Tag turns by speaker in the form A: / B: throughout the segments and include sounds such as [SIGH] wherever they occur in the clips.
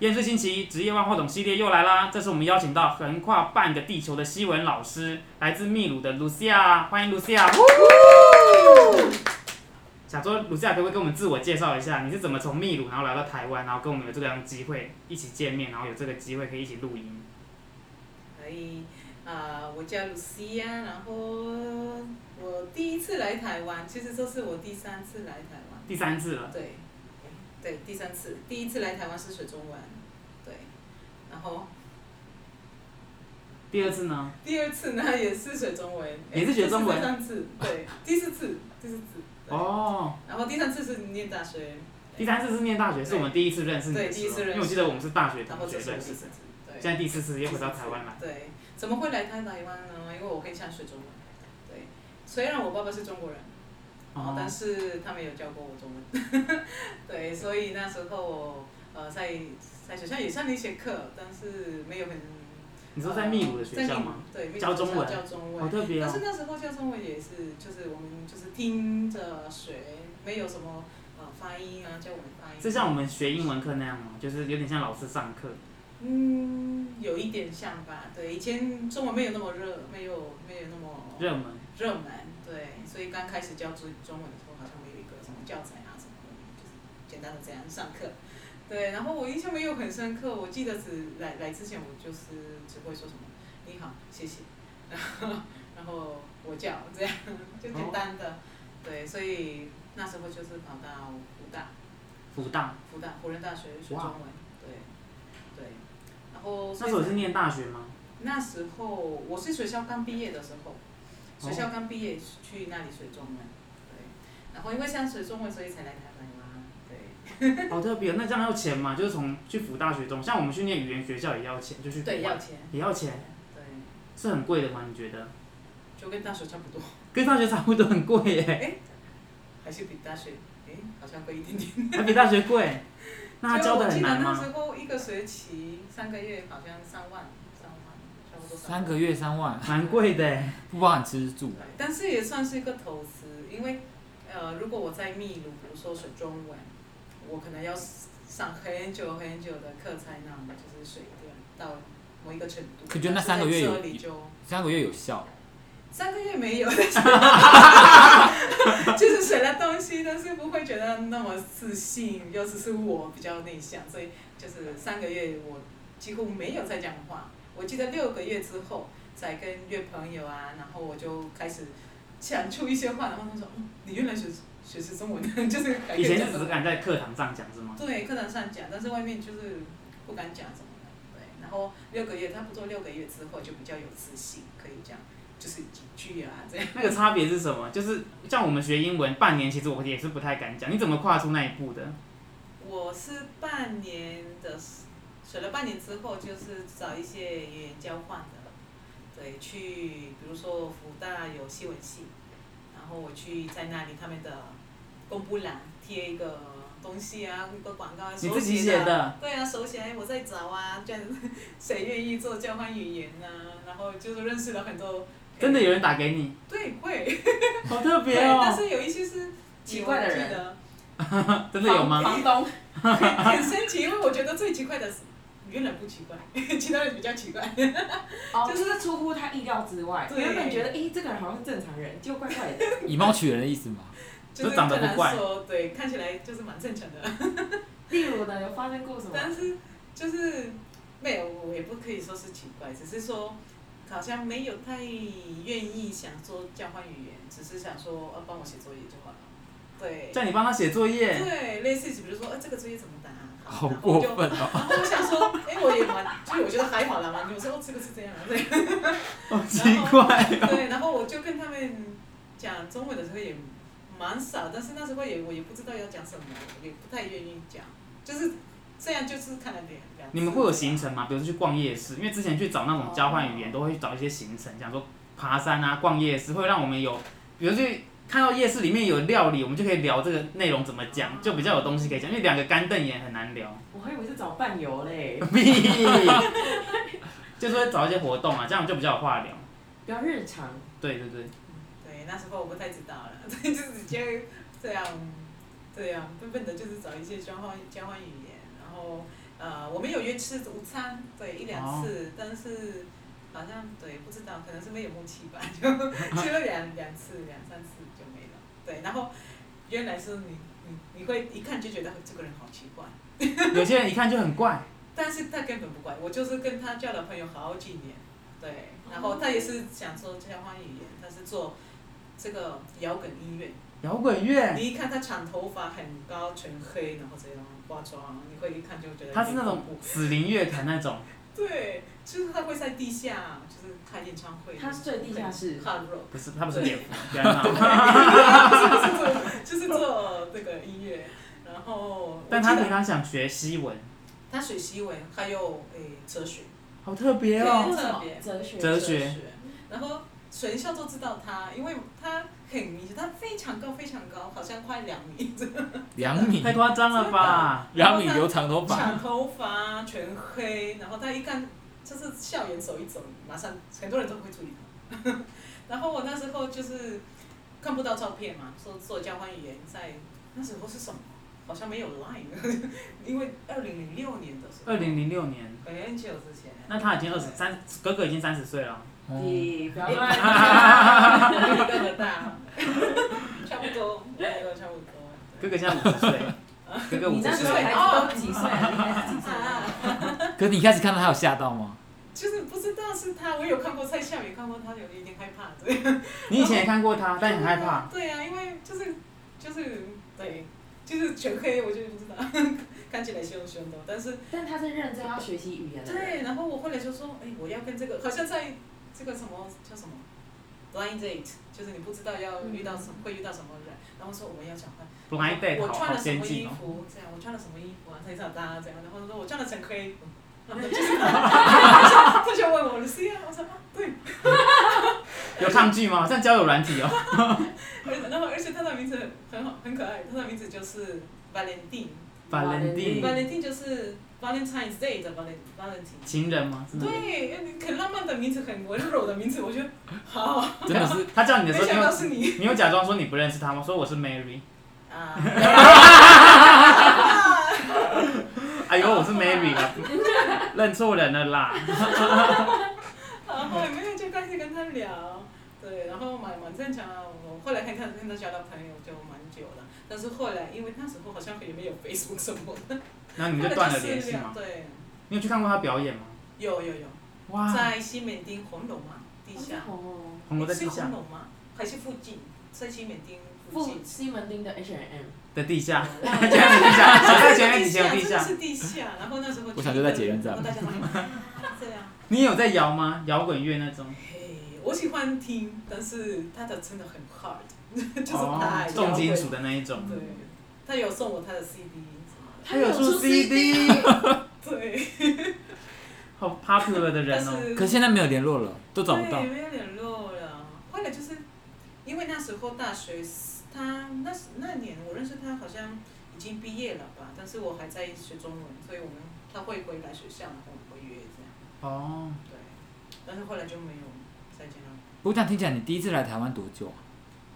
A: 厌世星期职业万花筒系列又来啦！这次我们邀请到横跨半个地球的西文老师，来自秘鲁的卢西亚，欢迎卢西亚。想说卢西亚可不可以跟我们自我介绍一下？你是怎么从秘鲁然后来到台湾，然后跟我们有这样机会一起见面，然后有这个机会可以一起录音？
B: 可以，啊、我叫 Lucia，然啊后呃我第一次来台湾，其实这是我第三次来台湾，
A: 第三次了，
B: 对，对，第三次，第一次来台湾是水中湾，对，然后
A: 第二次呢？
B: 第二次呢也是水
A: [LAUGHS]
B: 中文，
A: 也是学中文
B: 第三次，对，第四次，第四次，对，
A: 哦，
B: 然后第三次是念大学，
A: 第三次是念大学，是我们第一次认识你
B: 对
A: 的时
B: 第一
A: 候
B: 次认识
A: 因为我记得我们是大学
B: 然
A: 同
B: 后
A: 学
B: 这是我
A: 认
B: 第
A: 识
B: 四
A: 的，
B: 次，对，
A: 现在第四次又回到台湾来。
B: 对，怎么会来台台湾呢？因为我可以讲水中文，对，虽然我爸爸是中国人。哦，但
A: 哦，
B: 是他们有教过我中文， [LAUGHS] 对，所以那时候我呃在在学校也上了一些课，但是没有很。呃
A: 你说在秘鲁的学
B: 在秘
A: 校吗？？
B: 对，秘鲁
A: 教中文
B: 教中
A: 好
B: 文。
A: 特别
B: 但
A: 哦
B: 是。那时候教中文也是，就是我们就是听着学，没有什么呃发音啊，教我们发音。
A: 是像我们学英文课那样吗？就是有点像老师上课。
B: 嗯，有一点像吧，对，以前中文没有那么热，没有没有那么
A: 热门
B: 热门，对，所以刚开始教中中文的时候，好像没有一个什么教材啊什么的，就是简单的这样上课。对，然后我印象没有很深刻，我记得只来来之前我就是只会说什么你好，谢谢，然后然后我叫这样，就简单的。对，所以那时候就是跑到湖大，
A: 辅大，
B: 湖大湖人大学学中
A: 哇
B: 文，对对，然后哦
A: 那
B: 所以
A: 时候是念大学
B: [LAUGHS]
A: 吗？
B: 那时候我是学校刚毕业的时候，
A: 哦
B: 学校刚毕业去那里学中文，对，然后因为想学中文，所以才来台湾嘛，对，
A: 好特别哦。那这样要钱吗？就是从去辅大学中，像我们去念语言学校也要钱，就去
B: 对
A: 国外
B: 要钱，
A: 也要钱，
B: 对，
A: 是很贵的吗？你觉得？
B: 就跟大学差不多，
A: 跟大学差不多很贵耶，
B: 还是比大学，诶，好像贵一点点。
A: 还比大学
B: [LAUGHS]
A: 贵。 [LAUGHS] 那他教的很难
B: 就我记得那
A: 吗？
B: 时候一个学期三个月好像三万，三万，差不多
C: 三
B: 月，
C: 个月三万，
A: 蛮贵的耶，
C: 不包含吃住
B: 对，但是也算是一个投资，因为呃，如果我在秘鲁，比如说学中文，我可能要上很久很久的课才能就是水电到某一个程度。
C: 可觉得那三个月有
B: 但是在这里就
C: 三个月有效。
B: 三个月没
A: [LAUGHS]
B: 有，就是学了东西，但是不会觉得那么自信，尤其是我比较内向，所以就是三个月我几乎没有在讲话。我记得六个月之后才跟约朋友啊，然后我就开始讲出一些话，然后他说：“嗯，你原来学学是中文 [LAUGHS] 的，就是感觉
A: 以前
B: 讲
A: 是只敢在课堂上讲是吗？
B: 对，课堂上讲，但是外面就是不敢讲什么的。对，然后六个月，差不多六个月之后就比较有自信，可以讲就是几句啊这样。
A: 那个差别是什么？就是像我们学英文半年，其实我也是不太敢讲。你怎么跨出那一步的？
B: 我是半年的时，学了半年之后，就是找一些语言交换的，对，去比如说福大有西文系，然后我去在那里他们的公布栏贴一个东西啊，一个广告啊，
A: 你
B: 手
A: 自己
B: 写
A: 写的，
B: 对啊，手写哎我在找啊，这样 [LAUGHS] 子谁愿意做交换语言呢、然后就是认识了很多，
A: 真的有人打给你，
B: 对会，
A: 好特别
B: 对，但
A: 哦！
B: 是有一些是
D: 奇怪的人
B: 我记得
A: 真的有吗？
D: 房东，
A: 啊
B: 很 [LAUGHS] 神奇，因为我觉得最奇怪的是，原来不奇怪， [LAUGHS] 其他人比较奇
A: [LAUGHS]
B: 怪。
D: 哦，就是出乎他意料之外。
B: 对
D: 原本觉得，诶，这个人好像是正常人，结果怪怪的。
C: [LAUGHS] 以貌取人的意思嘛。
B: 就是
A: 就长得
B: 跟
A: 不
B: 他
A: 怪嗯
B: 说对，看起来就是蛮正常的，
D: 例如呢，有发生过什
B: [LAUGHS]
D: 么？
B: 但是就是没有，我也不可以说是奇怪，只是说好像没有太愿意想说交换语言，只是想说呃帮我写作业就好了。对，
A: 叫你帮他写作业，
B: 对，类似于比如说，呃，这个作业怎么答？
C: 好
B: 然后 [LAUGHS]
C: 过
B: 我就 [LAUGHS]
C: 分哦！
B: 然后我想说，哎、我也蛮，就是我觉得还好啦，蛮牛。我说哦，这个是这样的，对。
A: 好奇怪哦。
B: 对，然后我就跟他们讲中文的时候也蛮少，但是那时候也我也不知道要讲什么，我也不太愿意讲，就是这样，就是看了两两次。
A: 你们会有行程吗？比如说去逛夜市，因为之前去找那种交换语言，都会去找一些行程，想说爬山啊、逛夜市，会让我们有，比如去看到夜市里面有料理，我们就可以聊这个内容怎么讲，就比较有东西可以讲。因为两个干瞪眼很难聊， [LAUGHS]
D: 我还以为是找伴游嘞，
A: 屁，就是会找一些活动啊，这样就比较有话聊。
D: 比较日常。
A: 对对对，
B: 嗯对，那时候我不太知道了， [LAUGHS] 对，就直接啊这样，这样笨笨的，就是找一些交换交换语言，然后呃，我们有约吃午餐，对，一两
A: 哦
B: 次，但是好像对不知道，可能是没有默契吧， [LAUGHS] 就吃了两两次、两三次就没了。对，然后原来是你你你会一看就觉得这个人好奇怪，
A: 有些人一看就很怪，
B: 但是他根本不怪我，就是跟他交了朋友好几年，对，然后他也是想说交换语言，他是做这个摇滚音乐，
A: 摇滚乐，
B: 你一看他长头发很高全黑，然后这样化妆，你会一看就觉得
A: 他是那
B: 有点
A: 种
B: 恐怖
A: 死灵乐团那种，
B: 对，就是他会在地下就是开演唱会，
D: 他是最地下室
B: hard rock，
A: 不是他不是脸谱，不要闹。
B: [LAUGHS] 就是做那个音乐，然后
A: 但
B: 我
A: 他
B: 记
A: 平
B: 得
A: 常想学西文，
B: 他学西文还有诶哲学，
A: 好特别哦。
D: [LAUGHS] 为什么哲学？
A: 哲学
B: 然后全校都知道他，因为他很明显，他非常高，非常高，好像快两米，
C: 两米
A: 太夸张了吧！
C: 两米留长头发，
B: 长头发全黑，然后他一看就是校园走一走，马上很多人都会注意他。 [LAUGHS] 然后我那时候就是看不到照片嘛，说做交换语言在那时候是什么？好像没有 Line，因 [LAUGHS] 为二零零六年的时候，
A: 二零零六年，
B: 很久之
A: [LAUGHS]
B: 前。
A: 那他已经二十三，哥哥已经三十岁了。
C: 嗯
D: 哦你不要
B: 哎
A: [LAUGHS]
D: 乱
B: 呀，比哥哥大， [LAUGHS] 差不多，我也有差不多。
A: 哥哥现在五十
B: [LAUGHS]
A: 岁，哥哥
D: 你
A: 五
D: 那
A: 十
D: 时候才
A: 岁
D: 知。道几岁啊？你才几
B: [LAUGHS]
D: 岁啊？
B: 啊，
C: 可是你一开始看到他有吓到吗？
B: 就是不知道是他，我有看过蔡孝也看过他，有一点害怕，对。
A: 你以前也看过他，但你很害怕。
B: [LAUGHS] 对啊，因为就是就是对，就是全黑，我就不知道， [LAUGHS] 看起来凶凶的，但是
D: 但他是认真要学习语言的人。
B: 对，然后我后来就说，哎，我要跟这个，好像在这个什么叫什么 blind date，就是你不知道要遇到什么、会遇到什么人，然后说我们要讲话，
A: Blind Date
B: 我
A: 好
B: 穿
A: 好
B: 了什
A: 先
B: 么衣
A: 进哦。
B: 服，这样我穿了什么衣服啊，才知道大家这样，然后说我穿了成黑。 [LAUGHS]
A: [LAUGHS]
B: 然后就是他就问我 Lucy 啊，我说啊对，
A: 有抗拒吗？好像交友软体哦。
B: 而且然后而且他的名字很很好很可爱，他的名字就是 Valentine，
A: Valentine，
B: Valentine 就是 Valentine's Day 的 Valent Valentine。
A: 情人吗？是
B: 嗯
A: 吗
B: 对，很浪漫的名字，很温柔的名字，我觉得好。
C: 真的是
A: 他叫你
B: 没
A: 的时候，你
B: 想到
A: 有
B: 是 [LAUGHS] 你
A: 你有假装说你不认识他吗？说我是 Mary。
B: 啊！ [LAUGHS]
A: 哎呦，我是 Mary 啦，认错人了啦。
B: 然后没有就开始跟他聊，对，然后蛮蛮正常啊。我后来还看跟他交到朋友就蛮久了，但是后来因为那时候好像也没有 Facebook 什么 [LAUGHS] 的，
A: 然后你
B: 后
A: 们
B: 来
A: 就断
B: 就
A: 了
B: 私
A: 联系
B: 聊
A: 吗？
B: 对，
A: 你有去看过他表演吗？
B: 有有有，
A: 哇，
B: 在西门町红楼嘛地下，
D: 哦，
A: 红楼在
B: 是
A: 地
B: 红
A: 下
B: 楼吗？还是附近？在西门町附近
D: 附。西门町的 H&M，
A: 的地下， [LAUGHS]
B: 哇
A: 前面地下，
B: [LAUGHS]
A: 小在前面以前有地
B: 真的
A: 下。
B: 是地下。然后那时候
C: 我想就在捷运站
B: 然后大家 [LAUGHS] 这样。
A: 你有在摇吗？摇滚乐那种，
B: 嘿，我喜欢听，但是他的真的很 hard，就是 [LAUGHS] 太
A: 哦，重金属。的那一种。
B: 对，他有送我他的 CD，
A: 他有出 CD，
D: [LAUGHS]
B: 对，
A: 好 popular 的
B: 但
A: 人哦。
B: 是
C: 可是现在没有联络了，都找不到
B: 对，。没有联络了。后来就是因为那时候大学，他那时那年我认识他好像已经毕业了吧，但是我还在学中文，所以我们他会回来学校，然后我们会约这样。
A: 哦，
B: 对，但是后来就没有再见到。
C: 不过这样听起来，你第一次来台湾多久啊？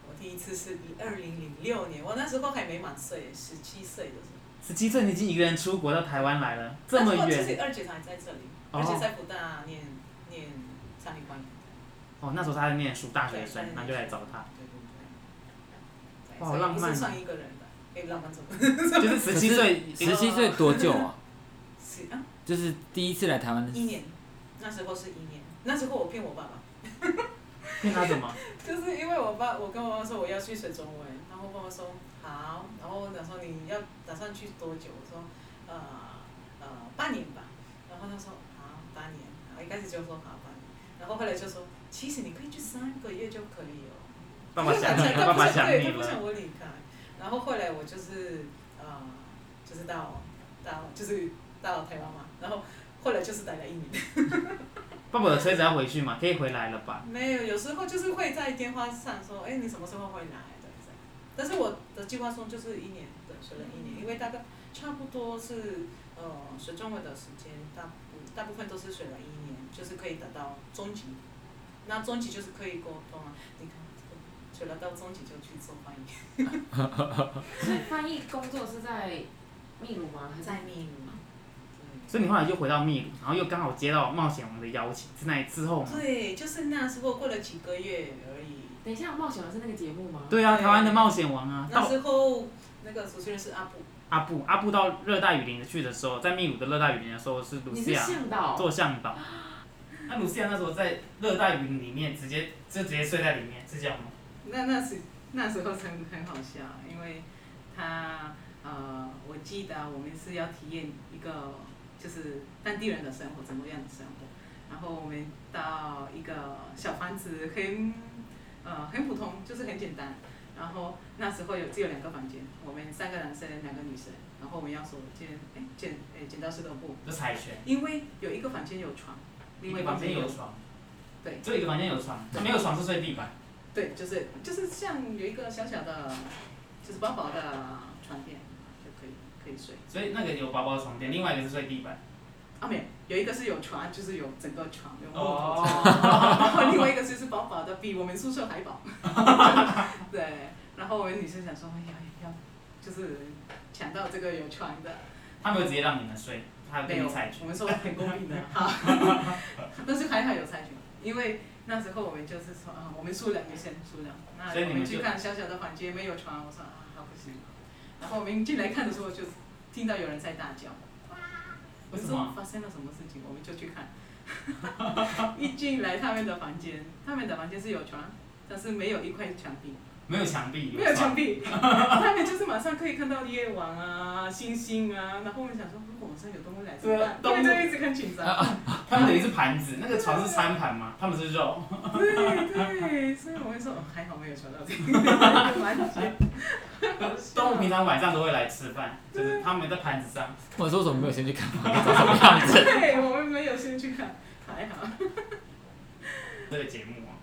B: 我第一次是一二零零六年，我那时候还没满岁，十七岁的时候。
A: 十七岁你已经一个人出国到台湾来了，这
B: 但是
A: 么
B: 我其
A: 远
B: 实二姐她还在这里，
A: 哦
B: 而且在福大念念三零八年。
A: 哦，那时候他在念书，大学
B: 对
A: 生，那就来找他，
B: 对对对。
A: 哇好浪漫啊
B: 所以不是算一个人的，可以浪漫怎么？
A: 就是十七岁，
C: 十七岁多久啊？
B: 是啊，
C: [LAUGHS] 就是第一次来台湾
B: 一
C: 的，
B: 年，那时候是一年，那时候我骗我爸 [LAUGHS] 爸。
A: 骗他什么？
B: 就是因为我爸，我跟我妈说我要去学中文，然后我爸爸说好，然后我讲说你要打算去多久？我说呃呃半年吧，然后他说好半年，然后一开始就说好半年，然后后来就说其实你可以去三个月就可以哦，
A: 爸爸想你
B: [LAUGHS] 他不
A: 了，爸
B: 想
A: 爸想你
B: 对，他不想
A: 了。
B: 我离开。然后后来我就是呃，就是到到就是到台湾嘛，然后后来就是待了一年。
A: 爸哎爸有车子要回去嘛，可以回来了吧？
B: 没有，有时候就是会在电话上说，哎，你什么时候会来？对这样。但是我的计划中就是一年，对，学了一年，因为大概差不多是呃学中文的时间，大部大部分都是学了一年，就是可以达到中级。那中级就是可以沟通啊，你看，学了到中级就去做翻译，
D: 所以翻译工作是在秘鲁吗？还是
B: 在秘鲁嘛，对。
A: 所以你后来就回到秘鲁，然后又刚好接到冒险王的邀请，是那之后吗？
B: 对，就是那时候过了几个月而已。
D: 等一下，冒险王是那个节目吗？，
A: 对啊，
B: 对
A: 台湾的冒险王啊，
B: 那
A: 到
B: 时候那个主持人是阿布，
A: 阿布阿布到热带雨林去的时候，在秘鲁的热带雨林的时候是鲁
D: 你
A: 西
D: 是
A: 亚
D: 向导，
A: 做向导。那鲁西亚那时候在热带雨林里面直接就直接睡在里面，是这样吗？
B: 那那时那时候很很好笑，因为他呃，我记得我们是要体验一个就是当地人的生活怎么样的生活，然后我们到一个小房子很呃很普通，就是很简单。然后那时候有只有两个房间，我们三个男生两个女生，然后我们要手剪哎剪哎剪刀石头布，
A: 就柴犬，
B: 因为有一个房间有床，
A: 一
B: 另外
A: 个
B: 一个
A: 房
B: 房
A: 间
B: 间有
A: 有床，
B: 对
A: 只有一个房间有床，没有床是睡地板。
B: 对，就是就是像有一个小小的，就是薄薄的床垫就可以可以睡。
A: 所以那个有薄薄床垫，另外一个是睡地板。
B: 啊，没有，有一个是有床，就是有整个床，有木头床。
A: 哦，
B: 然后另外一个就是薄薄的，比我们宿舍还薄。 [LAUGHS] 对，然后我们女生想说，哎呀，要就是抢到这个有床的，
A: 他没有直接让你们睡，他
B: 没
A: 给
B: 有
A: 你柴，犬。
B: 我们说很公
A: [LAUGHS]
B: 平的， [LAUGHS] 哈，但是还好有猜拳，因为那时候我们就是说啊，我们输了，女生输了，那
A: 所以你
B: 我
A: 们
B: 们
A: 就
B: 去看小小的房间没有床，我说啊，好可惜。然后我们进来看的时候，就听到有人在大叫，我
A: 为
B: 们
A: 什
B: 说
A: 么？
B: 发生了什么事情，我们就去看。 [LAUGHS] 一进来他们的房间，他们的房间是有床，但是没有一块墙壁，
A: 没有墙壁，
B: 没有
A: 床
B: 墙。壁，他们就是马上可以看到夜晚啊、星星啊，然后我们想说，如果晚上有动物来怎么办？
A: 对啊啊
B: 他们就一直很紧张。
A: 他们等于是盘子，那个床是餐盘嘛，他们是肉。
B: 对啊对，所以我会说，哦还好没有传到这
A: [LAUGHS]
B: 个环节。
A: 动物平常晚上都会来吃饭，
B: 啊
A: 就是他们在盘子上。
C: 我说怎么没有先去看 [LAUGHS] 房间长什么样子？
B: 对，我们没有兴趣看，还好。
A: 这个节目啊，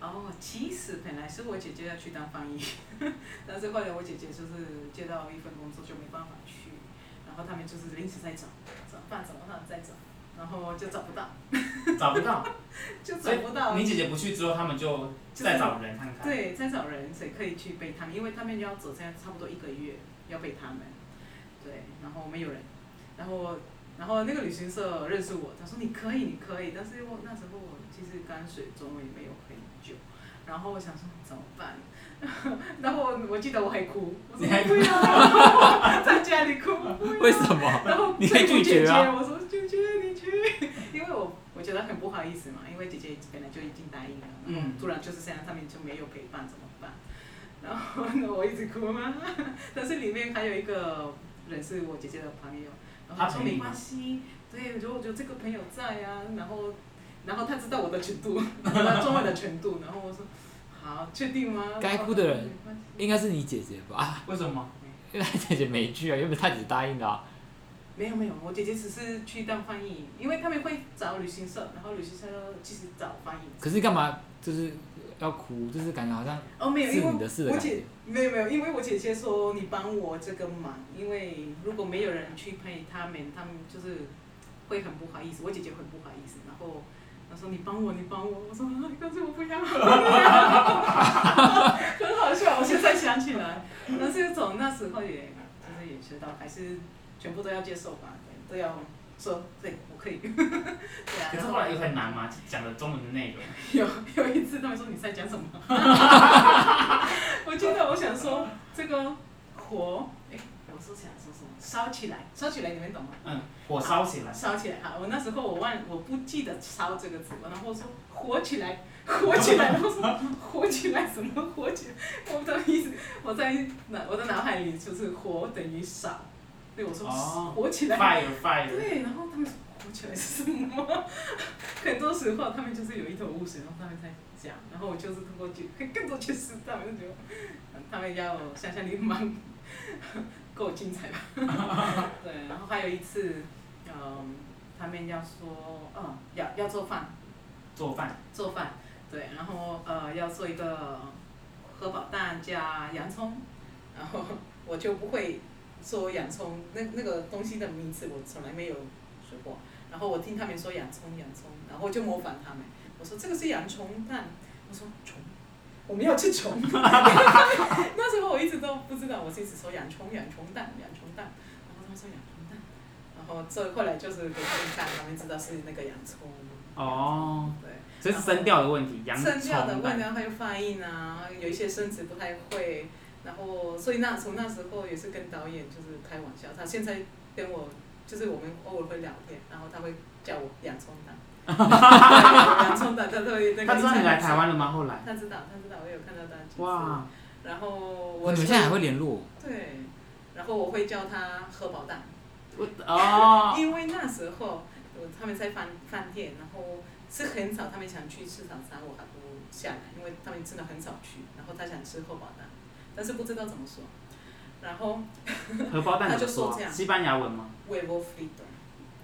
B: 哦，其实本来是我姐姐要去当翻译， [LAUGHS] 但是后来我姐姐就是接到一份工作就没办法去，然后他们就是临时在找，找饭找饭在找，然后就找不到，
A: 找不到，
B: 就
A: 所
B: 找
A: 以
B: 不 [LAUGHS] 到。
A: 你姐姐不去之后，他们就再找人看看。
B: 对，再找人谁可以去背他们，因为他们要走这样差不多一个月要背他们。对，然后没有人，然后然后那个旅行社认识我，他说你可以，你可以，但是我那时候我其实刚水中也没有很久，然后我想说怎么办， [LAUGHS] 然后我我记得我还哭，我说
A: 你还
B: 不要， [LAUGHS] 在家里哭，我不
A: [LAUGHS]
B: 要
C: 为什么？
B: 然后
C: 你可以拒绝啊
B: 我说姐姐你去， [LAUGHS] 因为我我觉得很不好意思嘛，因为姐姐本来就已经答应了，然后
A: 嗯
B: 突然就是这样，他们就没有陪伴怎么办？ [LAUGHS] 然后呢，我一直哭嘛， [LAUGHS] 但是里面还有一个人是我姐姐的朋友，然后
A: 他
B: 她说
A: 陪你
B: 没
A: 吗
B: 关系，对，如果有这个朋友在啊，然后然后他知道我的程度， [LAUGHS] 他中文的程度，然后我说好，确定吗？
C: 该哭的人
B: 没关系
C: 应该是你姐姐吧？啊
A: 为什么？
C: 因为她姐姐没去啊，原本她姐姐答应的啊。
B: 没有没有，我姐姐只是去当翻译，因为他们会找旅行社，然后旅行社其实找翻译。
C: 可是干嘛就是要哭？就是感觉好像
B: 哦，没有，
C: 是
B: 因为
C: 你的事的
B: 我
C: 感觉
B: 姐。没有没有，因为我姐姐说你帮我这个忙，因为如果没有人去陪他们，他们就是会很不好意思。我姐姐很不好意思，然后她说你帮我，你帮我，我说啊，但是我不要， [LAUGHS] 很好笑。我现在想起来，但是从那时候也就是也学到，还是全部都要接受吧，对都要说对我可以， [LAUGHS] 对啊。
A: 可是
B: 然
A: 后来又很难嘛，讲的中文的内容。
B: 有 [LAUGHS] 有一次他们说你在讲什么， [LAUGHS] 我记得我想说这个火，哎，我是想说什么？烧起来，烧起来，你们懂吗？
A: 嗯，火烧起
B: [LAUGHS]
A: 来，
B: 烧起来哈！我那时候我忘，我不记得“烧”这个字，然后我说火起来，火起来，然后说火起来什么火起来？我不知道意思，我在脑我的脑海里就是火等于烧，对我说、
A: 哦
B: 火起来。
A: fire fire。
B: 对，然后他们说火起来是什么？ [LAUGHS] 很多时候他们就是有一头雾水，然后他们在讲，然后我就是通过去更多去试，他们就觉得他们要想象力蛮 [LAUGHS] 够精彩吧。 [LAUGHS] 对，然后还有一次，嗯，他们要说，嗯，要要做饭，
A: 做饭，
B: 做饭，对，然后呃要做一个荷包蛋加洋葱，然后我就不会说洋葱那那个东西的名字，我从来没有学过。然后我听他们说洋葱洋葱，然后我就模仿他们，我说这个是洋葱蛋，我说虫，我们要吃虫。 [LAUGHS] 那时候我一直都不知道，我是一直说洋葱洋葱蛋洋葱蛋，然后他们说洋葱蛋，啊然后这后来就是给他看，旁边知道是那个洋葱。
A: 哦，
B: 对。
A: 所以是声调的问题，洋葱
B: 声调的问题，
A: 蛋
B: 然后还有发音啊，有一些生词不太会，然后所以那从那时候也是跟导演就是开玩笑，他现在跟我就是我们偶尔会聊天，然后他会叫我洋葱蛋， [LAUGHS] 洋葱蛋，他会那个
A: 他知道你来台湾
B: 了，
A: 了吗？后来，
B: 他知道他知道我有看到他几次，
A: 哇，
B: 然后我
C: 哦你们现在还会联络？
B: 对，然后我会叫他荷包蛋。
A: 我哦，
B: [LAUGHS] 因为那时候我他们在饭饭店，然后是很早，他们想去吃早餐，我还不下来，因为他们真的很早去，然后他想吃荷包蛋，但是不知道怎么说，然后
A: 荷包蛋
B: 他
A: 怎
B: 就
A: 么
B: 说
A: 说啊？
B: 这样
A: 西班牙文吗
B: huevo frito，huevo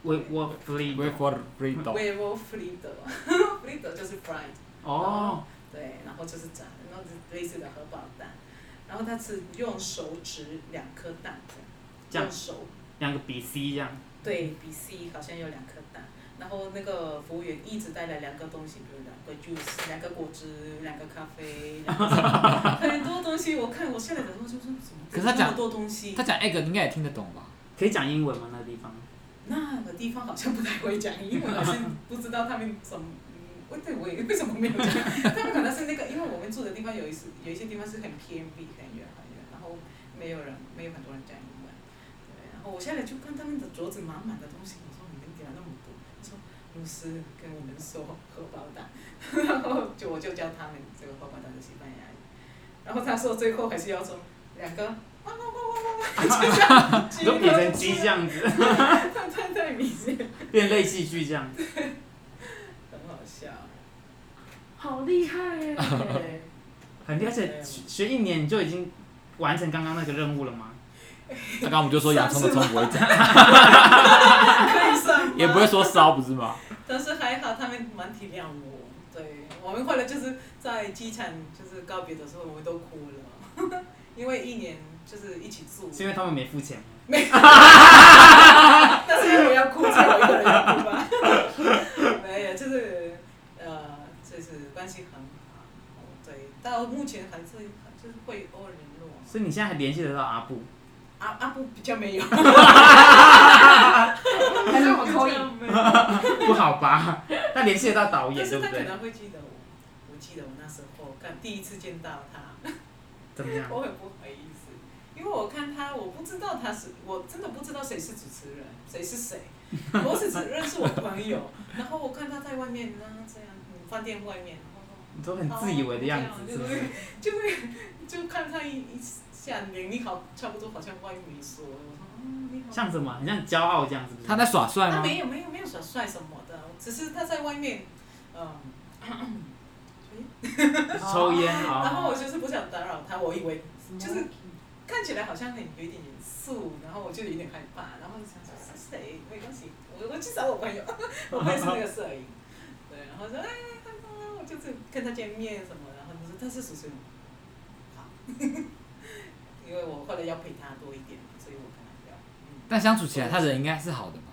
A: 我我 f r e
C: 我也
A: e
C: for freedom。
B: [LAUGHS] frito，frito 就是 fried，
A: 哦，
B: 对，然后就是炸的，然后类似的荷包蛋，然后他是用手指两颗蛋
A: 这
B: 这
A: 样
B: 样，用手
A: 两个比 C 这样，
B: 对比 C 好像有两颗蛋，然后那个服务员一直带来两个东西，比如两个 juice、两个果汁、两个咖啡，两个什
C: [LAUGHS]
B: 么很多东西。我看我下来的时候就说什么，
C: 可是他
B: 这
C: 讲
B: 么多东西
C: 他，讲 egg 你应该也听得懂吧？
A: 可以讲英文吗？那个地方？
B: 那个地方好像不太会讲英文，好像不知道他们怎么。我对我也为什么没有讲？他们可能是那个，因为我们住的地方有一些有一些地方是很偏僻、很远很远，然后没有人没有很多人讲英文。对，然后我下来就看他们的桌子满满的东西，我说你们给了那么多，他说牧师跟我们说荷包蛋，然后就我就教他们这个荷包蛋的西班牙语，然后他说最后还是要说两个哇哇哇哇哇哇，就这样
A: 你都变成鸡这，样
B: [LAUGHS]
A: 子， [LAUGHS]
B: 太太太明显，
A: 变类戏剧这样。
B: 很好笑。
D: 好厉害耶！
A: 很厉害，而且学学一年你就已经完成刚刚那个任务了吗？
C: 刚刚我们就说洋葱的葱不会讲，
B: 可以算吗
C: 也不会说烧，不是吗？
B: 但是还好他们蛮体谅我。对，我们后来就是在机场就是告别的时候，我们都哭了， [LAUGHS] 因为一年就是一起住，
A: 是因为他们没付钱吗？
B: [LAUGHS] 但是因为我要哭，只有我一个人要哭吧。 [LAUGHS] 没有，就是呃，就是关系很好。对，到目前还是就是会偶尔联络。
A: 所以你现在还联系得到阿布？
B: 阿阿布比较没有，
D: 还是我扣音？
B: 没有，
A: 不好吧？但联系得到导
B: 但
A: 演，对
B: 是
A: 不
B: 他可
A: 对？
B: 能会记得我。我记得我那时候刚第一次见到他。 [LAUGHS]
A: 怎么样？
B: 我很不好意思，因为我看他，我不知道他是，我真的不知道谁是主持人，谁是谁，我只只认识我朋友。然后我看他在外面呢，这样嗯饭店外面，
A: 你都很自以为的样子，是不
B: 哦这
A: 是
B: 样？就会就看他一一下，年龄好差不多，好像外语没说，我说嗯你好。
A: 像什么？很像骄傲这样，是不是？
C: 他在耍帅
B: 他
C: 吗？
B: 没有没有没有耍帅什么的，只是他在外面，
A: 哦
B: 嗯。
A: 抽烟
B: 然
A: 啊，
B: 后我就是不想打扰他，我以为 [LAUGHS]
D: 就
B: 就是
D: 是
B: 看起来好像很有一点严肃，然后我就有点害怕，然后就想说是谁，没关系，我我去找我朋友， [LAUGHS] 我朋友是那个摄影，对，然后说哎，他说我就是跟他见面什么，然后他说他是主持人，好， [LAUGHS] 因为我后来要陪他多一点，所以我跟他聊，嗯，
C: 但相处起来，他人应该是好的吧？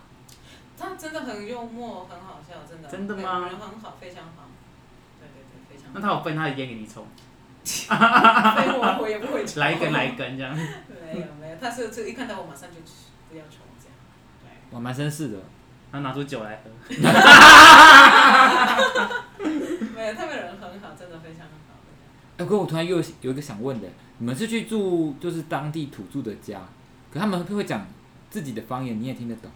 B: 他真的很幽默，很好笑，真的，
A: 真的吗
B: 人很好，非常好，对对对，非常
A: 那
B: 好，
A: 他有分他的烟给你抽，
B: [LAUGHS] 所以我我也不会抽
A: [LAUGHS] 来一根来一根这样。
B: [LAUGHS] 没有没有，他是这一看到我马上就不要抽这样，对。
C: 我蛮绅士的，
A: 然后拿出酒来喝，
B: 没有，他们人很好，真的非常好。
C: 哎、哥，我突然又有一个想问的，你们是去住就是当地土著的家，可他们会不会讲自己的方言，你也听得懂？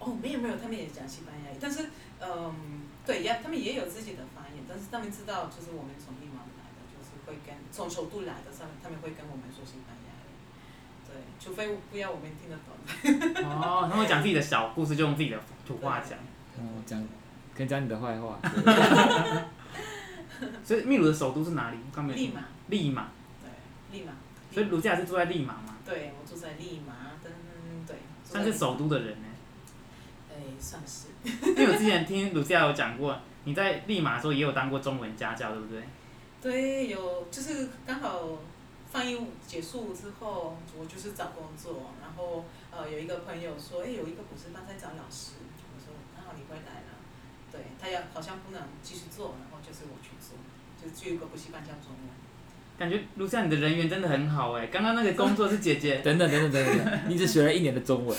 B: 哦，没有没有，他们也讲西班牙语，但是嗯，对呀，他们也有自己的方言，但是他们知道就是我们从地方来的，就是会跟从首都来的，他们他们会跟我们说西班牙语。对，除非不要我们听得懂。
A: 哦，他会讲自己的小故事，就用自己的土话嗯讲。
C: 哦，讲跟讲你的坏 [LAUGHS] 话，
A: 所以秘鲁的首都是哪里？我刚没有
B: 利
A: 听
B: 马，
A: 利马。
B: 对，利马。
A: 所以卢西亚是住在利马嘛，
B: 对，我住在利马，但对，住在
A: 算是首都的人
B: [LAUGHS]
A: 呢、
B: 哎，算是。
A: 因为我之前听卢西亚有讲过，你在利马的时候也有当过中文家教，对不对？
B: 对，有就是刚好放映结束之后，我就是找工作，然后呃有一个朋友说，哎，有一个补习班在找老师，我说刚好你会来了，对他要好像不能继续做，然后就是我去做，就去一个补习班教中文。
A: 感觉卢西亚你的人缘真的很好哎、刚刚那个工作是姐姐，
C: 等等等等等等等，你只学了一年的中文，
B: [LAUGHS]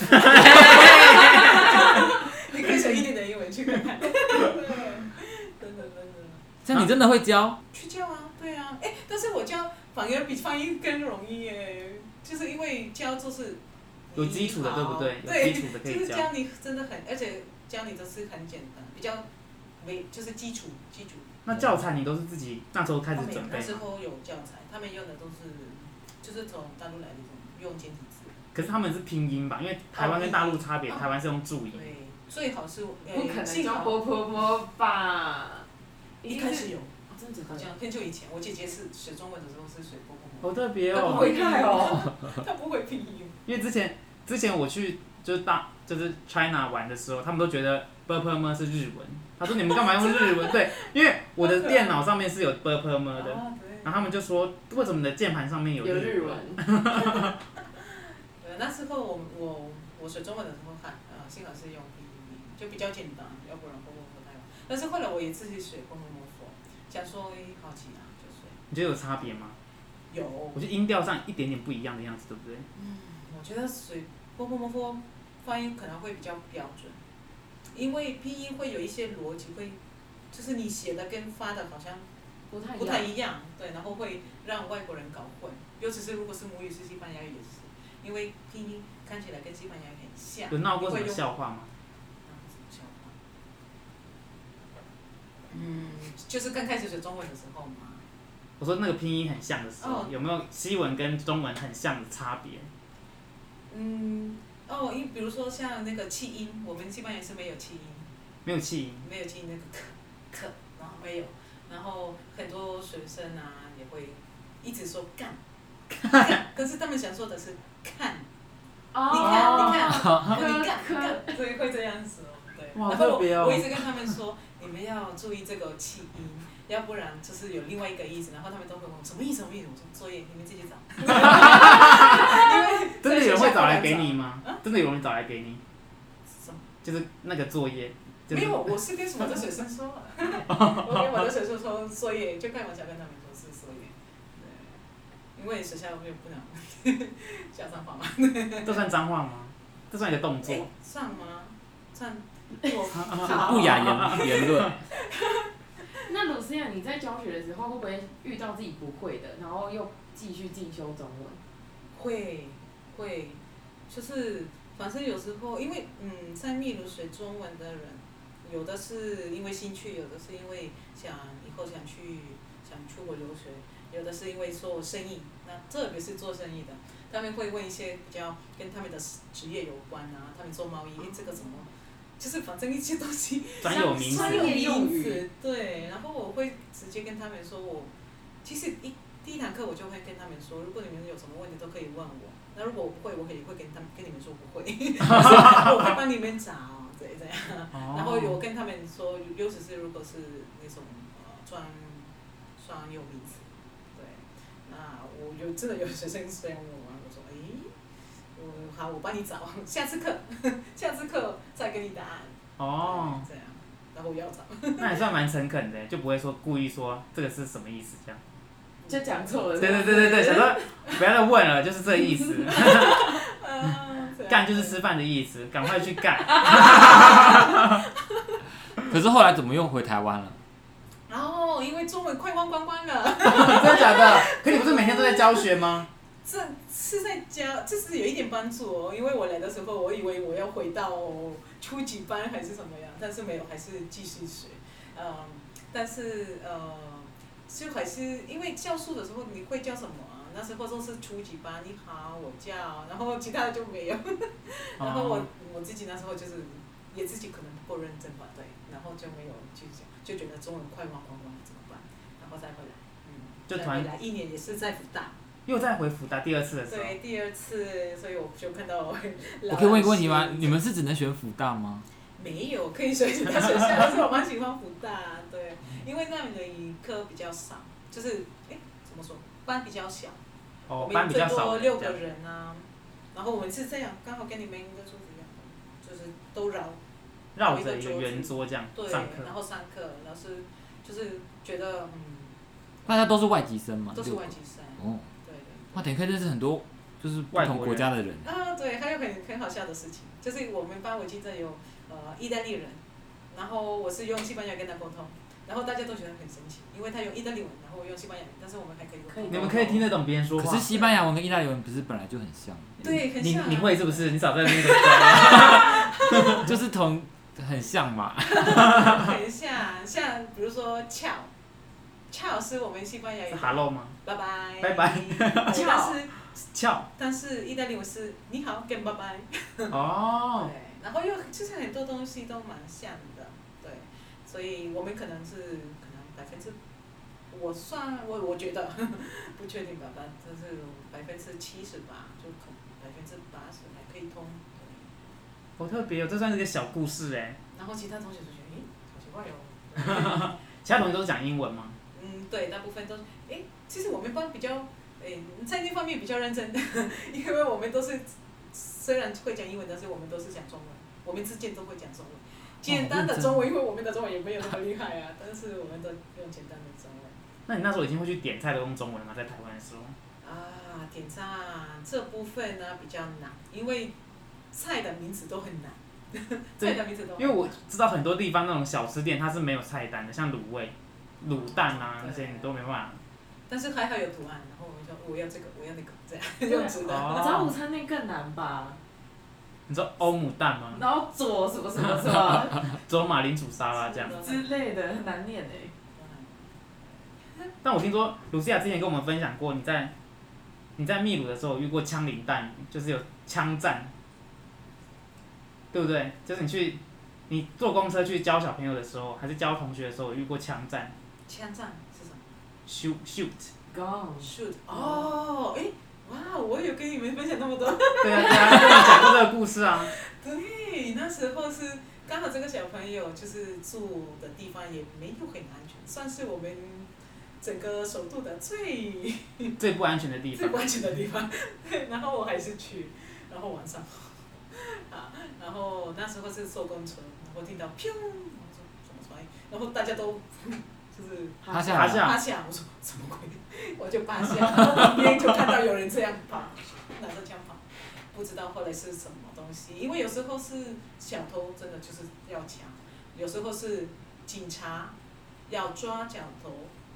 B: 你可以选一点的英文去看看。对，真的真的。
C: 这样你真的会教？ [LAUGHS]
B: 去教啊，对啊，哎，但是我教反而比翻译更容易耶，就是因为教就是
A: 有基础的，对不对？有
B: 对
A: 基，础的可
B: 就
A: 以
B: 是
A: 教。
B: 教你真的很，而且教你都是很简单，比较没就是基础基础。
A: 那教材你都是自己那时候开
B: 他
A: 始
B: 们
A: 准备
B: 那时
A: 吗，
B: 候有教材，他们用的都是就是从大陆来的，用简体字。
A: 可是他们是拼音吧？因为台湾跟大陆差别，
D: 哦
A: 台湾是用注音。
B: 对，最好是
D: 不可
B: 呃，
D: 能
B: 幸
D: 叫
B: 好
D: 波波波吧？
B: 一
D: 定
B: 开
D: 是
B: 始有，
D: 哦真的假
B: 好
D: 的？
B: 像很久以前，我姐姐是学中文的时候是学波
A: [LAUGHS]
B: 波
A: 好特别
B: 波，她不
A: 哦，
B: 会
D: 好厉害哦
B: 拼音，她不会拼音。
A: 因为之前之前我去就是大就是 China 玩的时候，他们都觉得 b u r p m 是日文，他说你们干嘛用日文？对，因为我的电脑上面是有 b u r p m 的，
B: 啊，对。
A: 然后他们就说为什么你的键盘上面有
D: 有日
A: 文？
D: 文，
B: 呃，那时候我我我学中文的时候看，呃，幸好是用拼音，就比较简单，要不然不会不太好。但是后来我也自己学过摸摸佛，想说诶好奇啊，就学。
A: 你觉得有差别吗？
B: 有，
A: 我觉得音调上一点点不一样的样子，对不对？
B: 我觉得水波波摩佛发音可能会比较标准，因为拼音会有一些逻辑会，就是你写的跟发的好像
D: 不太
B: 不太
D: 一
B: 一
D: 样。
B: 样，对，然后会让外国人搞混，尤其是如果是母语是西班牙语也是，因为拼音看起来跟西班牙语很像，
A: 有闹过什
B: 会
A: 么
B: 用
A: 笑话吗？
B: 嗯，就是刚开始学中文的时候嘛，
A: 我说那个拼音很像的时候，
B: 哦
A: 有没有西文跟中文很像的差别？
B: 嗯，哦，因为比如说像那个气音，我们西班牙是没有气音，
A: 没有气音，
B: 没有气音那个可可，然后没有，然后很多学生啊也会一直说干， [LAUGHS] 干可是他们想说的是看，
D: 哦
B: 你看，你看，
D: 科
B: 你干
D: 科
B: 干，所以会这样子哦。对，
A: 哇
B: 然后
A: 特别哦
B: 我我一直跟他们说，你们要注意这个气音，要不然就是有另外一个意思。然后他们都会问我什么意思，什么意思？我说作业，你们自己找。因为
A: 真的有人会找来给
B: 在学校不
A: 你
B: 能
A: 吗
B: 啊？
A: 真的有人找来给你，
B: 找？什么
A: 就是那个作业，就
B: 没
A: 是
B: 有，我是跟我的学生说，啊我跟我的学生说作业，就开玩笑跟他们说是作业。对，因为学校又不能 [LAUGHS] 家长话嘛。
A: 这算脏话吗？这算一个动
B: 哎
A: 作，，
B: 算吗？
A: [LAUGHS]
B: 算，我
D: 好
C: 不雅言言论，
D: 那鲁思亚，你在教学的时候会不会遇到自己不会的，然后又继续进修中文？
B: 会会，就是反正有时候，因为嗯，在秘鲁学中文的人，有的是因为兴趣，有的是因为想以后想去想出国留学，有的是因为做生意，那特别是做生意的，他们会问一些比较跟他们的职业有关啊，他们做贸易，诶这个怎么？就是反正一些东西
A: 专有名
D: 专
A: 词
D: 有。名用语
B: 词，对，然后我会直接跟他们说我，其实一第一堂课我就会跟他们说，如果你们有什么问题都可以问我，那如果我不会，我也会跟他们跟你们说不会， [LAUGHS] 我会帮你们找，对这样。然后有
A: 哦，
B: 跟他们说，尤其是如果是那种呃专专有名词，对，那我有真的有学生虽然问我，我说诶，我好，我帮你找，下次课 [LAUGHS] 下次课再给你答案。
A: 哦，
B: 对，这样，然后我要找。
A: 那还算蛮诚恳的，就不会说故意说这个是什么意思
B: [LAUGHS]
A: 这样。
D: 就讲错了。
A: 对对对对对，想说不要再问了，就是这意
B: [LAUGHS]
A: 思，
B: 啊
A: 干就是。吃饭的意思，赶快去
B: [LAUGHS]
A: 干。
C: 可是后来怎么又回台湾了？
B: 然后因为中文快忘光光了， [LAUGHS]
A: 真的假的？可你不是每天都在教学吗？
B: 这是在教，这是有一点帮助哦。因为我来的时候，我以为我要回到初级班还是什么样，但是没有，还是继续学。嗯，但是呃，就还是因为教书的时候你会教什么啊？那时候都是初级班，你好，我叫，然后其他的就没有。 [LAUGHS] 然后我
A: 哦，
B: 我自己那时候就是也自己可能不够认真吧，对，然后就没有去讲，就觉得中文快忘光光了怎么办？然后再回来，嗯，
A: 就
B: 再
A: 突然
B: 回来一年也是在福大，
A: 又再回福大第二次的时候，
B: 对，第二次，所以我就看到 [LAUGHS] 我可
C: 我可以问一个问题吗？你们是只能选辅大吗？
B: 没有可以选其他学校，但是我蛮喜欢福大，对，因为那里的科比较少，就是哎怎么说班比较小，
A: 哦
B: 我，
A: 班
B: 们
A: 比
B: 最
A: 较少
B: 多
A: 人
B: 六
A: 这
B: 个
A: 样
B: 人啊，然后我们是这样，刚好跟你们应该桌子一样，就是都绕
A: 绕着一个圆桌这样
B: 对，
A: 上课
B: 然。后上课，老师就是觉得嗯，
C: 大家都是外籍生嘛，
B: 都是
C: 六个
B: 外籍生，
C: 哦，
B: 对对
C: 那等于可以认识很多就是不同国家的人。
B: 啊，对，还有很很很好笑的事情，就是我们班我记得有呃意大利人，然后我是用西班牙跟他沟通，然后大家都觉得很神奇，因为他用意大利文，然后我用西班牙语，但是我们还 [LAUGHS] 可以沟
D: 可以
B: 通。
A: 你们可以听得懂别人说
C: 可
A: 话
C: 是。西班牙文跟意大利文不是本来就很像，
A: [LAUGHS]
B: 对，很
A: 你
B: 像啊。
A: 你会是不是？你少在那 [LAUGHS] 边给我
C: 就是同很像嘛。
B: 很像，像比如说 ciao，ciao 是我们西班牙语
A: 是 hello 吗？
B: 拜拜，
A: 拜拜
B: 对但
D: Ciao
B: 是 [LAUGHS]
A: 翘
B: 但是意大利文是你好跟拜拜，对
A: 哦，，
B: 然后又就是很多东西都蛮像的，对，所以我们可能是可能百分之，我算我我觉得 [LAUGHS] 不确定吧，但就是百分之七十吧，就可百分之八十还可以通，对，
A: 好特别哦，这算是个小故事哎。
B: 然后其他同学就觉得，诶，好奇怪哦。对
A: 其他同学都是讲英文吗？
B: 嗯，对，大部分都是，哎，其实我们班比较，哎，在那方面比较认真， [LAUGHS] 因为我们都是虽然会讲英文，但是我们都是讲中文，我们之间都会讲中文，简单的中文，因为我们的中文也没有那么厉害啊，但是我们都用简单的中文。
A: 那你那时候已经会去点菜都用中文了吗？在台湾的时候？
B: 啊，点赞这部分呢比较难，因为菜的名字都很难，
A: 对
B: 菜的名字都很
A: 因为我
B: 难
A: 知道很多地方那种小吃店它是没有菜单的，像卤味、卤蛋啊那些你都没办法。
B: 但是还好有图案，然后我们就我要这个，我要那个，这样
D: 对
B: 用纸的。
A: 哦
D: 早午餐那更难吧？
A: 你知道欧姆蛋吗？
D: 然后左什么什么什么
A: 走马铃薯沙拉这样。
D: 之类的，很难念哎。
B: 嗯
A: 但我听说卢西亚之前跟我们分享过，你在你在秘鲁的时候遇过枪林弹雨，就是有枪战，对不对？就是你去你坐公车去教小朋友的时候，还是教同学的时候，有遇过枪战
B: 枪战是什
A: ，shoot
B: 么？
A: shoot。
D: Gone。
B: shoot 哦，哎，哇，我有跟你们分享那么多。 [LAUGHS]
A: 对啊对啊，跟我讲过这个故事啊。
B: 对，那时候是刚好这个小朋友就是住的地方也没有很安全，算是我们整个首都的最
A: 最不安全的地
B: 最
A: 方
B: 关键的地方。 [LAUGHS] 对，然后我还是去，然后晚上， [LAUGHS] 啊，然后那时候是坐公车，然后听到砰，我说什么声音，然后大家都 [LAUGHS] 就是
C: 他啊
D: 是
C: 现
A: 爬
C: 在
A: 下
B: 趴下，我说什么鬼？我就趴下，然后旁边就看到有人这样跑，拿着枪跑，不知道后来是什么东西。因为有时候是小偷真的就是要抢，有时候是警察要抓小偷，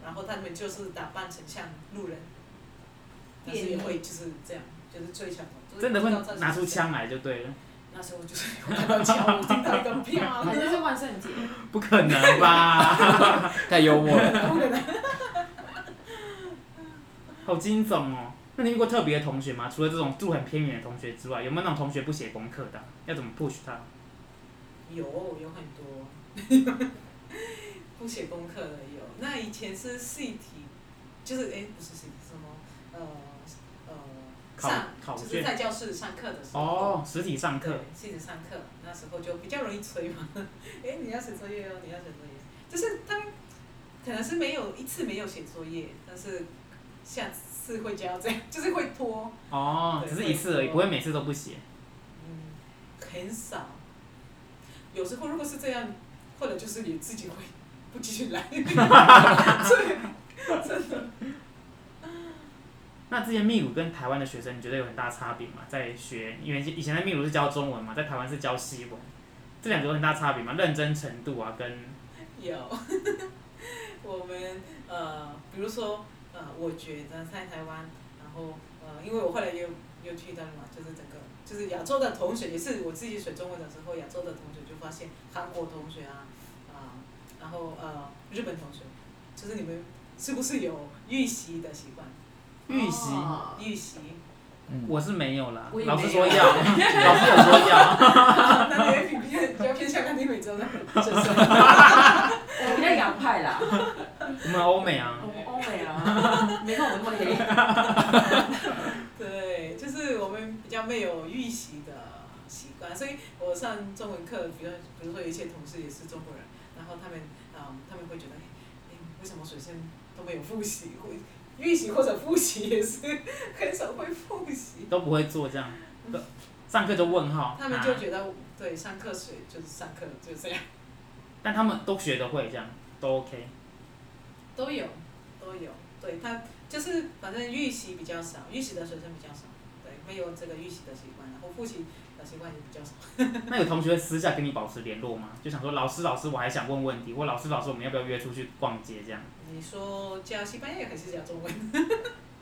B: 然后他们就是打扮成像路人，但是也会就是这样，就是追小偷。
A: 真的会拿出。枪来就对了，
B: 那时候就是有看到枪，我听到一个
A: [LAUGHS]
B: 啪，
D: 还是是万圣节，
A: 不可能吧？ [LAUGHS]
C: 太幽默了。
A: 好惊悚哦！那你遇过特别的同学吗？除了这种住很偏远的同学之外，有没有那种同学不写功课的啊？要怎么 push 他？
B: 有有很多， [LAUGHS] 不写功课的有。哦那以前是试题，就是哎、诶不是试题，什么呃呃
A: 考
B: 上
A: 考
B: 就是
A: 卷
B: 在教室上课的时候。
A: 哦，实体上
B: 对
A: 课，，
B: 戏子上课那时候就比较容易催嘛。 [LAUGHS] 哎，你要写作业哦，你要写作业。就是他们可能是没有一次没有写作业，但是下次会交这样，就是会拖。
A: 哦，
B: 对
A: 只是一次而已，
B: 会
A: 不会每次都不写。
B: 嗯，很少。有时候如果是这样，或者就是你自己会不继续来，对，真的。
A: 那之前秘鲁跟台湾的学生，你觉得有很大差别吗？在学，因为以前在秘鲁是教中文嘛，在台湾是教西文，这两个有很大差别吗？认真程度啊，跟
B: 有， [LAUGHS] 我们呃，比如说呃，我觉得在台湾，然后呃，因为我后来又又去到了嘛，就是整个就是亚洲的同学，也是我自己学中文的时候，亚洲的同学就发现韩国同学啊，啊、然后呃，日本同学，就是你们是不是有预习的习惯？
A: 预习，
D: 哦
B: 预习， [LAUGHS]
C: 嗯，
A: 我是没有啦
D: 我，也
A: 老师
D: 没
A: 说
D: 有
A: 要，老师有说要，
B: 那你也比偏比较偏向看丁美洲的学生。
D: 我比较洋派 [LAUGHS] 啦，
A: 我们欧美啊
D: 我，们欧美啊，没看我们那么黑。
B: 对，就是我们比较没有预习的习惯，所以我上中文课，比如比如说有一些同事也是中国人，然后他们啊、他们会觉得，哎、哎为什么学生都没有复习，会预习或者复习也是很少会复习，
A: 都不会做这样，都上课就问号，
B: 他们就
A: 啊
B: 觉得、对上课水就是上课就这样， [LAUGHS]
A: 但他们都学得会，这样都 OK。
B: 都有都有，对他就是反正预习比较少，预习的学生比较少，对，没有这个预习的习惯了，我复习的习惯也比较少。
A: 那有同学私下跟你保持联络吗？就想说老师老师我还想问问题，或老师老师我们要不要约出去逛街这样？
B: 你说教西班牙语还是讲中文？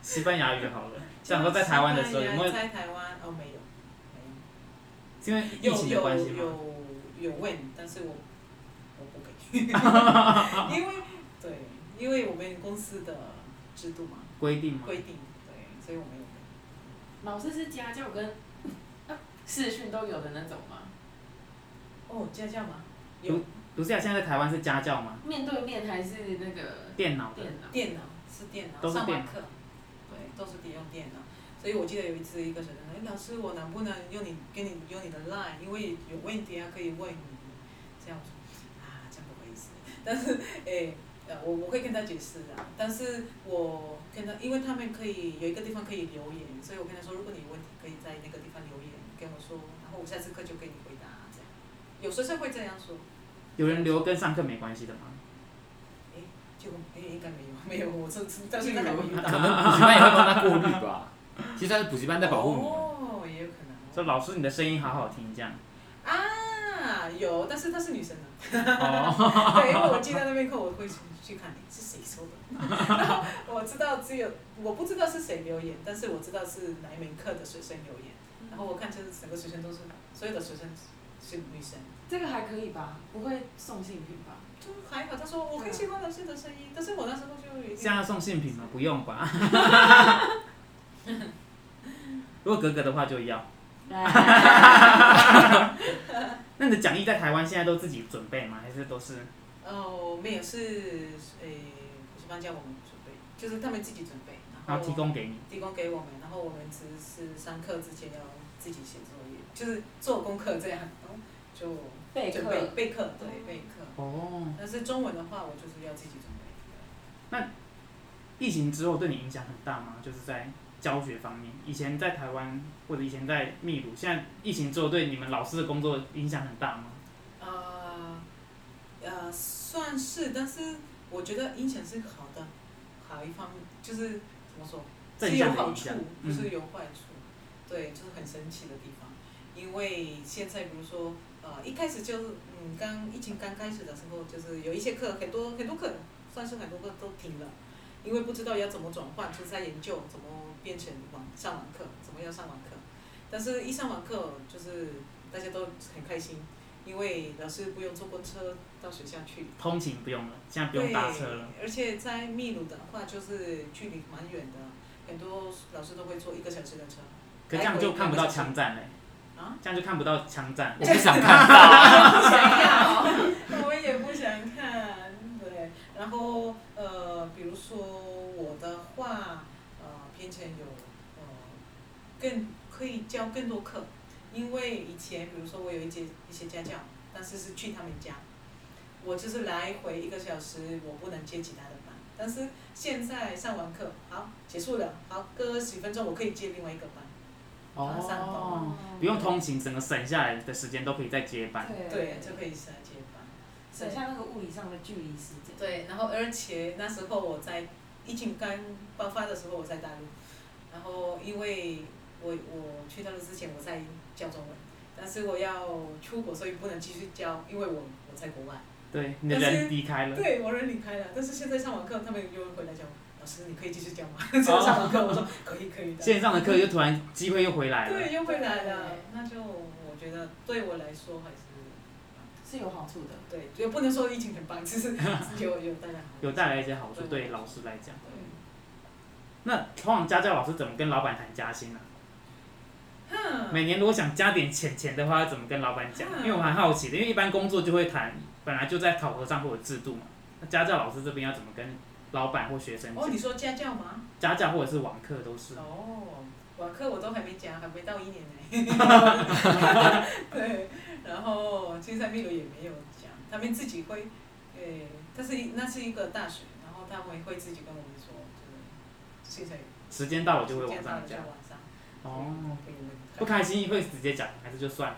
A: 西班牙语啊好了，想说在台湾的时候有没有
B: 在台湾哦没有，
A: 是因为
B: 没有
A: 疫情的关系吗？
B: 有有有问，但是我我不给，
A: [LAUGHS]
B: 因为对，因为我们公司的制度嘛
A: 规定吗？
B: 规定，对，所以我没有给。
D: 老师是家教跟啊视讯都有的那种吗？
B: 哦，家教嘛，有
A: 卢思雅现在在台湾是家教吗？
D: 面对面还是那个
A: 电脑的
D: 电脑？
B: 电脑是电脑，
A: 都是
B: 上
A: 电
B: 完
A: 脑
B: 课，对，都是得用电脑。所以我记得有一次一个学生，哎，老师，我能不能用你给你用你的 line？因为有问题啊可以问你。这样我说啊，这样不好意思。但是哎，呃，我我会跟他解释的，但是我跟他，因为他们可以有一个地方可以留言，所以我跟他说，如果你有问题可以在那个地方留言跟我说，然后我下次课就给你回答这样。有学生会这样说，
A: 有人留跟上课没关系的吗？
B: 就哎应该没有没有，我这次到现在还没遇
C: 可
B: 到。
C: 能补习班也会帮他过滤吧。其实算是补习班在保护你。
B: 哦，也有可能。
A: 说老师你的声音好好听这样。
B: 啊，有，但是她是女生啊。
C: [LAUGHS]
A: [LAUGHS] 哦，
B: 对，因为我记得那边课，我会去去看诶是谁说的。然后我知道只有我不知道是谁留言，但是我知道是哪一门课的学生留言。然
D: 哦
B: 后我看就是整个学生都是所有的学生是女生，
D: 这个还可以吧？不会送信品吧？
B: 就还好。他说我很喜欢老师的声音，但是我那时候就已
A: 这
B: 经
A: 样要送性品吗？不用吧。 [LAUGHS] 如果格格的话就要。
D: 哎
A: 那你的讲义在台湾现在都自己准备吗？还是都是
B: 哦没有是诶补习班教我们准备，就是他们自己准备，
A: 然后提供给你？
B: 提供给我们，然后我们只是上课之前要自己写作业，就是做功课这样，然后就
D: 备
B: 准
D: 课 [LAUGHS]
B: 备备课，对
D: 哦
B: 备课。
A: 哦，
B: 但是中文的话，我就是要自己准备。
A: 疫情之后对你影响很大吗？就是在教学方面，以前在台湾或者以前在秘鲁，现在疫情之后对你们老师的工作影响很大吗？
D: 啊
B: 呃呃，算是，但是我觉得影响是好的，好一方就是怎么说，
A: 正
B: 是有
A: 向的
B: 好
A: 影
B: 处
A: 响，，
B: 不
A: 嗯，
B: 是有坏处。对，就是很神奇的地方。因为现在比如说，呃，一开始就是，嗯，刚疫情刚开始的时候，就是有一些课，很多很多课，算是很多课都停了，因为不知道要怎么转换，就是在研究怎么变成网上网课，怎么样上网课。但是，一上网课就是大家都很开心，因为老师不用坐公车到学校去，
A: 通勤不用了，现在不
B: 对，
A: 用搭车了。
B: 而且在秘鲁的话，就是距离蛮远的，很多老师都会坐一个小时的车。
A: 可这样就看不到枪战嘞、
B: 啊
A: 这样就看不到枪战。
C: 我不想看到，
B: 不想要，我也不想看。对，然后呃，比如说我的话，呃，偏前有呃，更可以教更多课，因为以前比如说我有一节一些家教，但是是去他们家，我就是来回一个小时，我不能接其他的班。但是现在上完课，好结束了，好隔十分钟我可以接另外一个班。马上
A: 哦
B: 懂，
A: 不用通勤，整个省下来的时间都可以再接班。
B: 对
D: 对，，
B: 就可以省接班。
D: 省下那个物理上的距离时间。
B: 对，然后而且那时候我在疫情刚爆发的时候我在大陆，然后因为我我去大陆之前我在教中文，但是我要出国，所以不能继续教，因为我我在国外。
A: 对，你的
B: 但是
A: 人离开了。
B: 对，啊我人离开了，但是现在上网课，他们又回来教我，老师你可以继续教吗？就上网课，我说可以可以的。
A: 线上的课又突然机会又回来了。
B: 对，又回来了，那就我觉得对我来说还是
D: 是有好处的。
B: 对，也不能说疫情很棒，只是有 [LAUGHS] 有带来好
A: 有
B: 处
A: 带来一些好处，
B: 对
A: 对老师来讲。
B: 对。
A: 那通常家教老师怎么跟老板谈加薪呢、啊？每年如果想加点钱钱的话，要怎么跟老板讲？因为我蛮好奇的，因为一般工作就会谈，本来就在考核上会有制度嘛。那家教老师这边要怎么跟老板或学生
B: 哦，
A: 讲？
B: 你说家教吗？
A: 家教或者是网课都是。
B: 哦，网课我都还没讲，还没到一年呢。
A: [LAUGHS]
B: 对，然后金山秘鲁也没有讲，他们自己会，呃，但是那是一个大学，然后他们会自己跟我们说，就是现在
A: 时间到了就会
B: 见
A: 往
B: 到
A: 上
B: 了就
A: 加。
B: 往上。
A: 哦，
B: 可以
A: 不
B: 问他。
A: 开心会直接讲，还是就算了？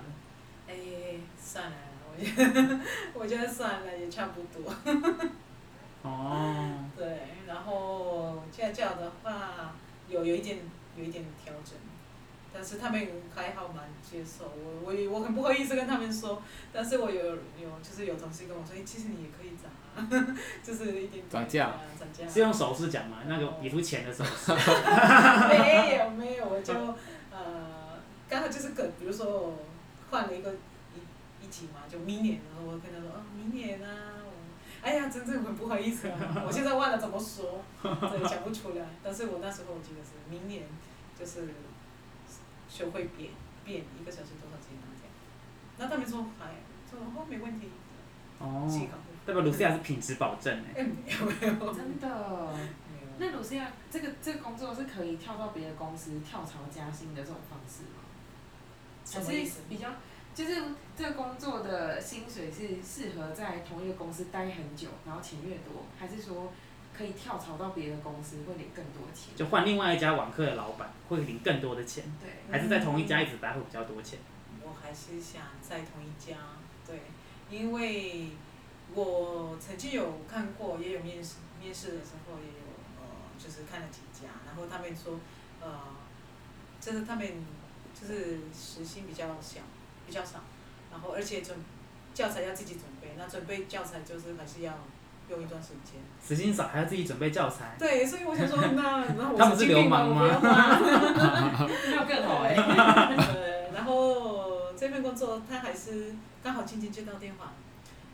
B: 哎，算了，我觉得 [LAUGHS] 我觉得算了，也差不多。
A: 哦，
B: 对，然后家教的话有有一点有一点调整，但是他们还好蛮接受我，我也我很不好意思跟他们说，但是我有有就是有同事跟我说，哎、其实你也可以涨啊， [LAUGHS] 就是一点
C: 涨价
B: 啊涨价，
A: 是用手势讲嘛？那个
B: 哦
A: 比出钱的手势，
B: 没有没有，我就呃，刚好就是跟比如说我换了一个一一起嘛，就明年，然后我跟他说，哦，明年啊，我哎呀，真正很不好意思啊，我现在忘了怎么说，真的想不出来。但是我那时候我记得是明年，就是学会变变一个小时多少钱啊这样。那他们说还说哦没问题，嗯
A: 哦，
B: 自己搞。
A: 代表卢西亚是品质保证哎、
B: 哎没有没有没有
D: 真的。那鲁西亚这个这个工作是可以跳到别的公司跳槽加薪的这种方式吗？
B: 什
D: 还
B: 么意思
D: 是？比较就是这个工作的薪水是适合在同一个公司待很久，然后钱越多，还是说可以跳槽到别的公司会领更多钱？
A: 就换另外一家网课的老板会领更多的钱，
D: 对，
A: 还是在同一
B: 嗯
A: 家一直待会比较多钱？
B: 我还是想在同一家，对，因为我曾经有看过，也有面试，面试的时候也有呃，就是看了几家，然后他们说，呃，就是他们就是时薪比较小，比较少，然后而且准教材要自己准备，那准备教材就是还是要用一段时间。
A: 时薪少还要自己准备教材，
B: 对，所以我想说，那那我
A: 他们是
B: 神经病
A: 流氓
B: 我
A: 吗
B: 不要吗？
D: 没有更 [LAUGHS] 好哎、
B: 对，然后这份工作他还是刚好今天接到电话，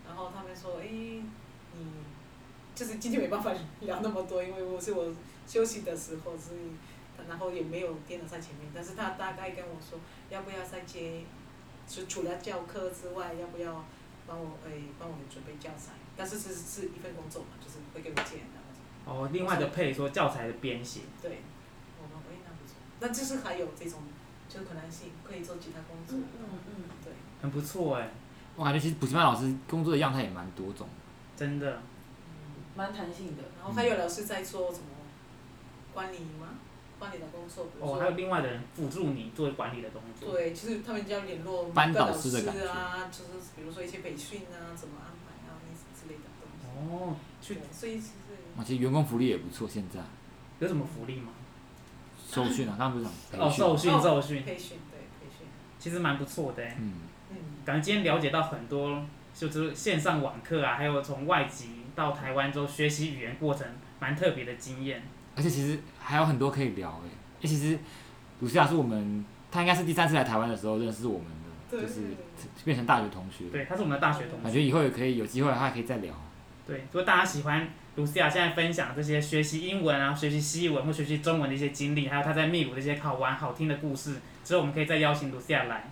B: 然后他们说，哎，你就是今天没办法 [LAUGHS] 聊那么多，因为我是我休息的时候，所以然后也没有电脑在前面，但是他大概跟我说，要不要再接，除除了教课之外，要不要帮我哎帮我们准备教材？但是是是一份工作嘛，就是会给我建议然后
A: 哦，另外的配说教材的编写，
B: 对，我们哎那不错，那就是还有这种就是可能性，可以做其他工作。
D: 嗯嗯嗯，
B: 对，
A: 很不错哎、
C: 我感觉其实补习班老师工作的样态也蛮多种的，
A: 真的。
B: 嗯，
D: 蛮弹性的。
B: 然后还有老师在做什么管理吗？管理的工作，比如
A: 哦，还有
B: 说，
A: 另外的人辅助你做管理的工作。
B: 对，就是他们要联络各
C: 班导
B: 老
C: 师的感觉
B: 啊，就是比如说一些培训啊，怎么安排啊，那些之类的东西。
A: 哦，去
B: 对，所以其实
C: 哇，其实员工福利也不错，现在
A: 有什么福利吗？
C: 受训啊，刚刚不是讲
A: 哦，
C: 培训
A: 受
C: 吗，
A: 训
B: 哦
A: 受训，
B: 培训，对培训，
A: 其实蛮不错的欸。
C: 嗯，
B: 嗯，
A: 感觉今天了解到很多，就是线上网课啊，还有从外籍到台湾之后学习语言过程，蛮特别的经验。
C: 而且其实还有很多可以聊诶、欸，其实卢西亚是我们，他应该是第三次来台湾的时候认识我们的，
B: 对
C: 就是变成大学同学，
A: 对，他是我们的大学同
C: 感
A: 学。
C: 觉以后也可以有机会的话可以再聊。
A: 对，如果大家喜欢卢西亚现在分享这些学习英文啊、学习西文或学习中文的一些经历，还有他在秘鲁的一些好玩好听的故事，之后我们可以再邀请卢西亚来。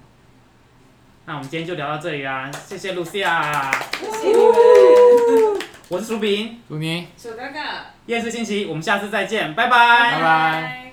A: 那我们今天就聊到这里啦，谢谢卢西亚，
B: 谢谢你们，
A: 我是薯饼，
C: 祝你
D: 小哥哥，
A: 夜市星期，我们下次再见，拜
C: 拜拜